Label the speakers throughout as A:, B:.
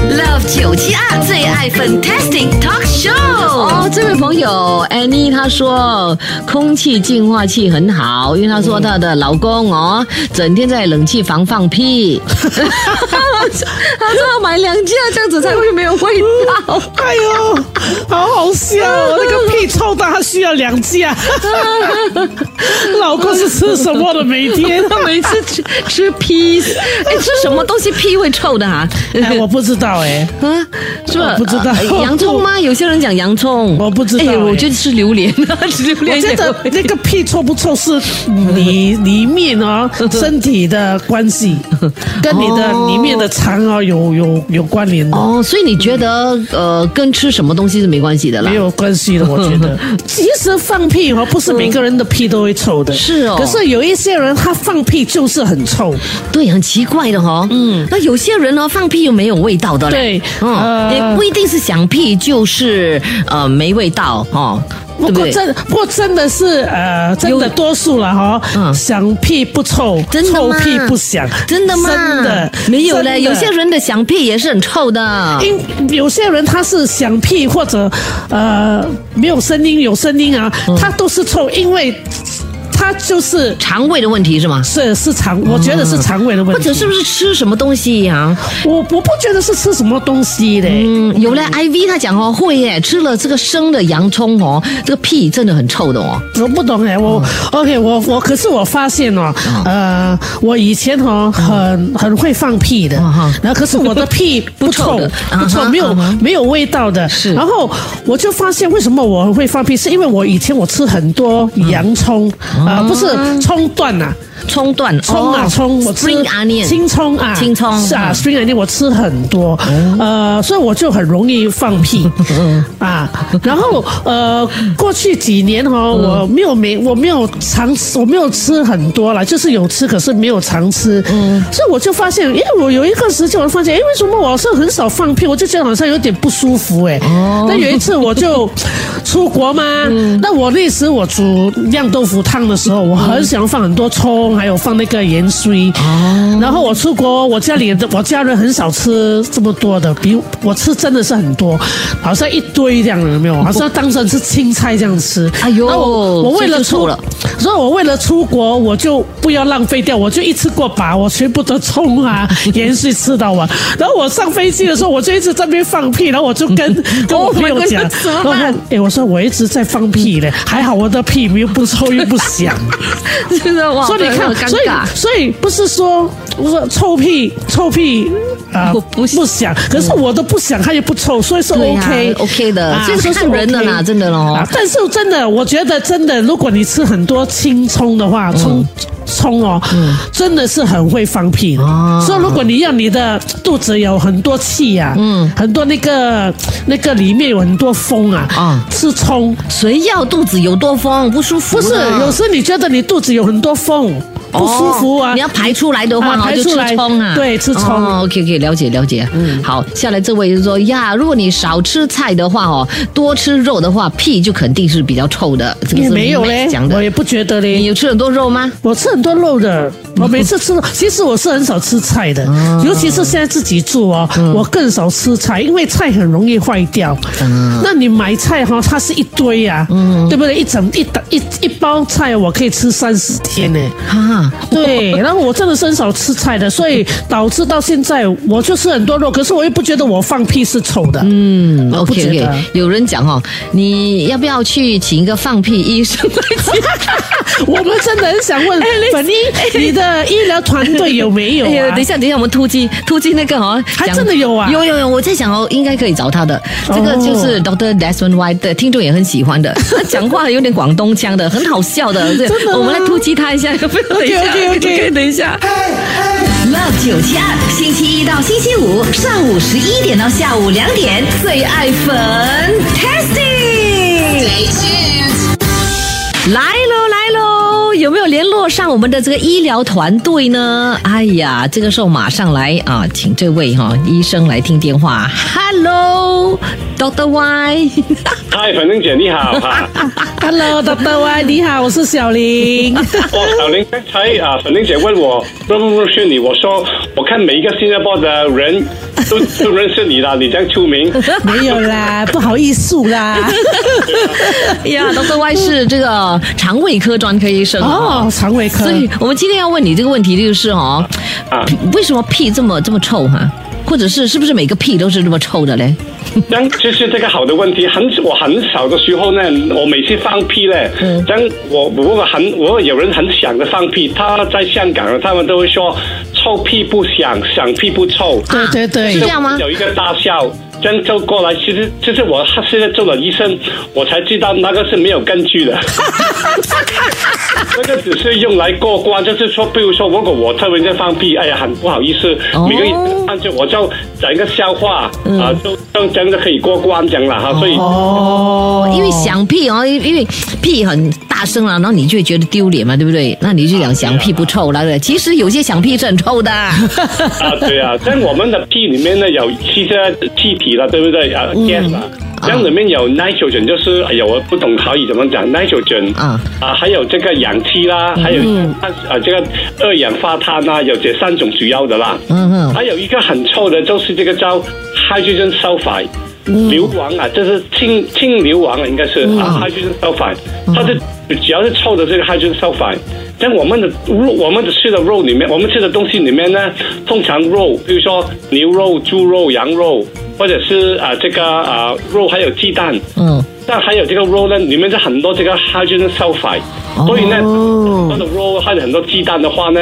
A: Love 九七二最爱 Fantastic Talk Show。
B: 哦，这位朋友 Annie 她说空气净化器很好，因为她说她的老公哦，整天在冷气房放屁， 她说要买两架，这样子才会没有味道。
C: 哎呦，好好笑哦！那个屁臭到他需要两架。 老公是吃什么的？每天？
B: 她每次吃吃屁，哎，吃什么东西屁会臭的哈、
C: 哎，我不知道哎、
B: 啊，是吧？
C: 我不知道
B: 呃洋葱吗？有些人讲洋葱，
C: 我不知道
B: 哎，
C: 哎
B: 我觉得是榴莲，榴
C: 我
B: 莲
C: 觉
B: 也
C: 得
B: 会
C: 那个屁臭不臭是 你里面哦身体的关系，跟你的
B: 哦
C: 里面的肠哦有有有关联的，
B: 哦，所以你觉得呃，跟吃什么东西是没关系的啦
C: 没？有关系的。我觉 得其实放屁哦，不是每个人的屁都会臭的，
B: 是哦
C: 可是有一些人他放屁就是很臭，
B: 对，很奇怪的哈、嗯，那有些人呢，放屁又没有味道的嘞。
C: 对
B: 嗯，
C: 呃
B: 也不一定是响屁，就是呃没味道哦，对
C: 不
B: 不
C: 过
B: 对？
C: 真不过真的是呃，真
B: 有
C: 的多数了哈、
B: 嗯
C: 响屁不臭，
B: 真的
C: 臭
B: 吗
C: 屁不响，
B: 真的吗？
C: 真的
B: 没有
C: 真的
B: 嘞，有些人的响屁也是很臭的。
C: 因有些人他是响屁或者呃没有声音有声音啊，
B: 嗯
C: 他都是臭，因为他就是
B: 肠胃的问题是吗？
C: 是是肠，我觉得是肠胃的问
B: 嗯或
C: 题，
B: 者是不是吃什么东西呀、
C: 我我不觉得是吃什么东西的。
B: 嗯，有嘞，IV 他讲哦，会耶，吃了这个生的洋葱哦，这个屁真的很臭的哦。
C: 我不懂哎，我、OK，我
B: 嗯
C: 我可是我发现哦，呃，我以前哦很很会放屁的
B: 嗯哼，
C: 然后可是我的屁不
B: 臭
C: 臭
B: 的，
C: 不
B: 嗯
C: 臭，
B: 哼
C: 没有
B: 嗯哼
C: 没有味道的。
B: 是
C: 然后我就发现为什么我会放屁，是因为我以前我吃很多洋葱
B: 嗯
C: 啊，不是葱段啊呐，
B: 葱段，
C: 葱啊
B: 哦
C: 葱，我吃
B: ，spring onion，
C: 青葱啊，
B: 青葱
C: 是啊
B: 嗯
C: ，spring onion 我吃很多，呃，所以我就很容易放屁啊。然后呃，过去几年哦，我没有没我没有常吃，我没有吃很多了，就是有吃，可是没有常吃。嗯，所以我就发现，因为我有一个时间，我发现，哎，为什么我是很少放屁？我就觉得好像有点不舒服哎。那有一次我就出国嘛，
B: 嗯
C: 那我那时我煮酿豆腐汤的时候，我很想放很多葱，还有放那个盐水。
B: 哦
C: 然后我出国，我家里的我家人很少吃这么多的，比我吃真的是很多，好像一堆这样的，有没有？好像当成是青菜这样吃。
B: 哎呦
C: 然后我我为了
B: 这就臭
C: 出
B: 了，
C: 所以我为了出国，我就不要浪费掉，我就一次过把我全部的葱啊、盐水吃到完。然后我上飞机的时候，我就一直在那边放屁，然后我就跟 跟我
B: Oh my
C: 朋友讲
B: goodness，怎么，
C: 然后
B: 办
C: 哎、诶我说我一直在放屁嘞，还好我的屁又不臭又不响。
B: 真的哇，
C: 所以你
B: 真的，
C: 看
B: 很
C: 所
B: 尴尬
C: 以。所以不是说我说臭屁臭屁啊、
B: 不不嗯
C: 不想，可是我都不想，他也不臭，所以是
B: 对呀
C: OK、啊
B: OK 的所以是
C: 说
B: 看人的啦
C: OK
B: 真的咯
C: 啊但是真的，我觉得真的，如果你吃很多青葱的话，
B: 嗯
C: 葱。葱哦，真的是很会放屁的。
B: 哦
C: 所以如果你让你的肚子有很多气呀、啊，嗯，很多那个那个里面有很多风啊，
B: 啊
C: 吃葱
B: 谁要肚子有多风不舒服啊
C: 不
B: 的？
C: 是，有时你觉得你肚子有很多风，不舒服啊，
B: 哦你要排出来的话，
C: 啊
B: 哦
C: 排
B: 就
C: 出
B: 吃
C: 来
B: 葱啊，
C: 对吃葱
B: 哦，OK OK，了解了解。嗯，好，下来这位就说呀，如果你少吃菜的话哦，多吃肉的话，屁就肯定是比较臭的。这个
C: 也
B: 是
C: 没有
B: Max
C: 嘞
B: 讲，的
C: 我。也不觉得
B: 你嗯
C: 嘞。
B: 有吃很多肉吗？
C: 我吃很多肉的，我每次吃肉，其实我是很少吃菜的，
B: 啊
C: 尤其是现在自己住哦，
B: 嗯
C: 我更少吃菜，因为菜很容易坏掉。
B: 嗯
C: 那你买菜哈、它是一堆呀、啊，对不对？一整一打一一包菜，我可以吃三十天 呢。
B: 啊，
C: 对，然后我真的是很少吃菜的，所以导致到现在我就吃很多肉，可是我又不觉得我放屁是臭的。
B: 嗯
C: 我不
B: ，OK
C: 觉
B: OK
C: 得。
B: 有人讲哦，你要不要去请一个放屁医生来检查？
C: 我们真的很想问 本妮，你的医疗团队有没有
B: 哎呀，
C: 啊
B: 等一？下，等一下，我们突击突击那个哦，
C: 还
B: 讲
C: 真的有啊哦
B: 有有有，我在想哦，应该可以找他的。这个就是 Doctor Desmond White 的听众也很喜欢的， 他讲话有点广东腔的，很好笑的。对
C: 真的吗
B: 我们来突击他一下，不要等一下
C: OK，OK，OK
B: 可以哎等一下。
A: Love 九七二，星期一到星期五上午十一点到下午两点，最爱 Fantastic。
B: 来喽来喽，有没有联络上我们的这个医疗团队呢？哎呀，这个时候马上来啊，请这位哈、医生来听电话。Hello，Doctor Y，
D: 嗨，粉玲姐你好啊哈！
C: Hello，大大歪，你好，我是 小林。
D: 我小林刚才啊，粉玲姐问我认不认识你，我说我看每一个新加坡的人都都认识你了，你这样出名，
C: 没有啦，不好意 思啦。
B: 哎呀，都是外是这个肠胃科专科医生啊
C: 哦，肠 胃科
B: 所，以我们今天要问你这个问题就是哦，
D: 啊
B: 屁 为什么屁这么这么臭哈、或者是是不是每个屁都是这么臭的嘞？
D: 这样就是这个好的问题。很我很少的时候呢，我每次放屁呢，这样我如果很如果有人很想的放屁，他在香港他们都会说臭屁不响，响屁不臭。
C: 对对对
B: 啊是这，样吗？
D: 有一个大笑，这样就过来。其实就是我现在做了医生，我才知道那个是没有根 据的。那个只是用来过关，就是说，比如说，如果我特别在放屁，哎呀，很不好意思，
B: 哦嗯
D: 每个人看着我就讲一个笑话、啊，就就这样就可以过关讲了哈。所以，
C: 哦，
B: 因为响屁哦，因因为屁很大声啊了，然后你就会觉得丢脸嘛，对不对？那你就讲响屁不臭了，对不对？其实有些响屁是很 臭的。
D: 啊，对啊，在我们的屁里面呢有汽车气体了，对不对啊？gas 啊。这样里面有 nitrogen，就是哎呀，我不懂台语怎么讲 nitrogen
B: 啊
D: 啊，还有这个氧气啦，还有碳啊这个二氧化碳啦，有这三种主要的啦。
B: 嗯哼，
D: 还有一个很臭的，就是这个叫 hydrogen sulfide。硫磺啊，这是氢氢硫磺啊，应该是、啊，hydrogen sulfide，它是只要是臭的这个 hydrogen sulfide，在我们的肉，我们的吃的肉里面，我们吃的东西里面呢，通常肉，比如说牛肉、猪肉、羊肉，或者是啊、这个啊、肉，还有鸡蛋，
B: 嗯，
D: 但还有这个 roll 呢，里面是很多这个 hydrogen sulfide，、所以呢，它的 roll 还有很多鸡蛋的话呢，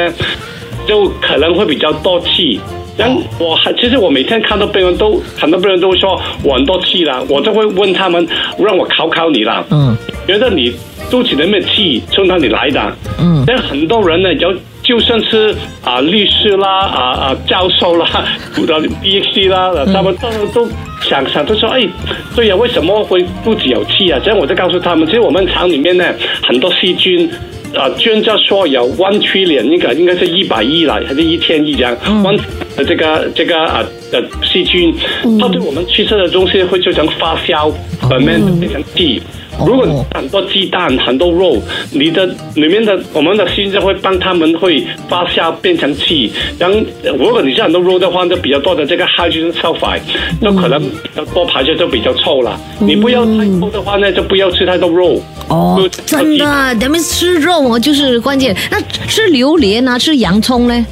D: 就可能会比较多气。然后我还其实我每天看到病人都很多病人都会说我很多气啦，我就会问他们，让我考考你啦，
B: 嗯，
D: 觉得你肚子里面的气从哪里来的？
B: 嗯，
D: 但很多人呢有。就算是啊、律师啦啊啊教授啦， 读到 DXC 啦，他们都都想想都说，哎，对呀、为什么会肚子有气啊？这样我就告诉他们，其实我们肠里面呢很多细菌。啊，专家说有 one trillion，应该应该是一百亿啦，还是一千亿这样、one 的这个这个啊呃细菌，它对我们吃吃的东西会造成发酵，呃，变成气。
B: 哦
D: 如果你很多鸡蛋、很多肉，你的里面的我们的心就会帮他们会发酵变成气。然后，呃如果你是很多肉的话，就比较多的这个 hydrogen sulfide，就可能比较多排出就比较臭了。你不要太臭的话呢，就不要吃太多肉。
B: 哦
D: 就，
B: 真的，咱们吃肉哦就是关键。那吃榴莲啊，吃洋葱嘞？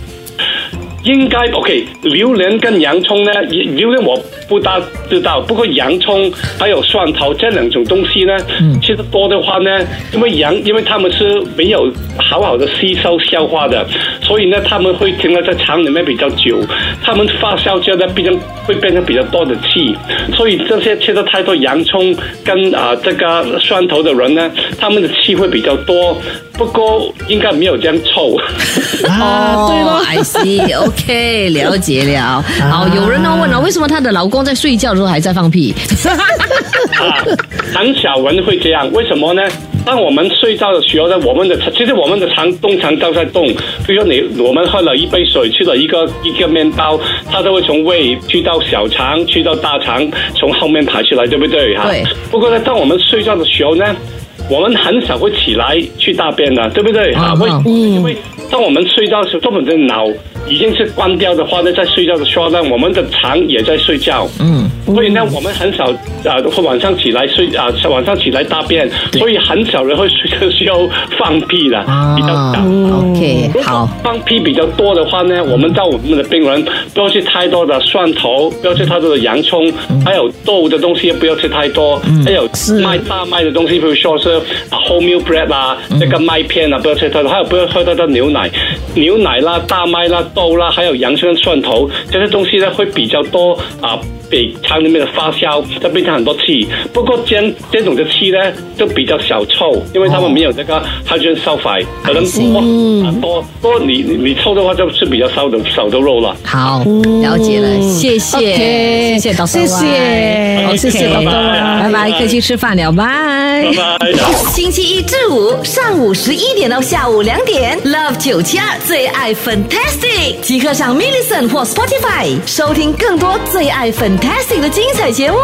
D: 应该 OK，榴莲跟洋葱呢，榴莲我不大知道，不过洋葱还有蒜头这两种东西呢，吃的多的话呢，因为洋因为它们是没有好好的吸收消化的，所以呢，它们会停留在肠里面比较久，它们发酵之后呢，变成会变成比较多的气，所以这些吃的太多洋葱跟啊、这个蒜头的人呢，他们的气会比较多，不过应该没有这样臭。
C: 啊，对
B: 哦
C: 咯，
B: ，I see，OK，了解了。好，有人呢问了，为什么她的老公在睡觉的时候还在放屁？
D: 啊， 很少人会这样，为什么呢？当我们睡觉的时候呢，我们的肠其实我们的肠通常都在动。比如说你我们喝了一杯水，吃了一个一个面包，它都会从胃去到小肠，去到大肠，从后面排出来，对不对？哈
B: 对
D: 不过呢，当我们睡觉的时候呢，我们很少会起来去大便的，对不对？啊，
B: 嗯
D: 为因为当我们睡觉的时候，根本的脑已经是关掉的话呢，在睡觉的时候呢，我们的肠也在睡觉。
B: 嗯，
D: 所以呢，我们很少啊、会晚上起来睡啊、晚上起来大便，所以很少人会睡 的时候放屁的，比较
B: 啊
D: 少。
B: ，OK，好。
D: 放屁比较多的话呢，我们叫我们的病人不要吃太多的蒜头，不要吃太多的洋葱，还有豆的东西也不要吃太多，还有
C: 是
D: 麦大麦的东西，比如说是啊 wholemeal bread 啊，这个麦片啊，不要吃太多，还有不要喝太多牛奶，牛奶啦、大麦啦、豆啦，还有洋葱、蒜头这些东西呢，会比较多啊。被肠里面的发酵，就变成很多气。不过这样这种的气呢，就比较少臭，因为他们没有这个 hydrogen sulfide，可能
B: I see
D: 多啊多多你你你臭的话，就是比较少的少的肉了。
B: 好，了解了，谢谢
C: 嗯 OK，
B: 谢谢导师，
C: 谢谢
B: OK，
C: 谢谢 Dr.
D: Wai
B: 拜拜，可以去吃饭了，拜
D: 拜。拜。
A: 星期一至五上午十一点到下午两点，Love 972最爱 Fantastic，即刻上 m i l l i c e n t 或 Spotify 收听更多最爱 Fantastic 的精彩节目。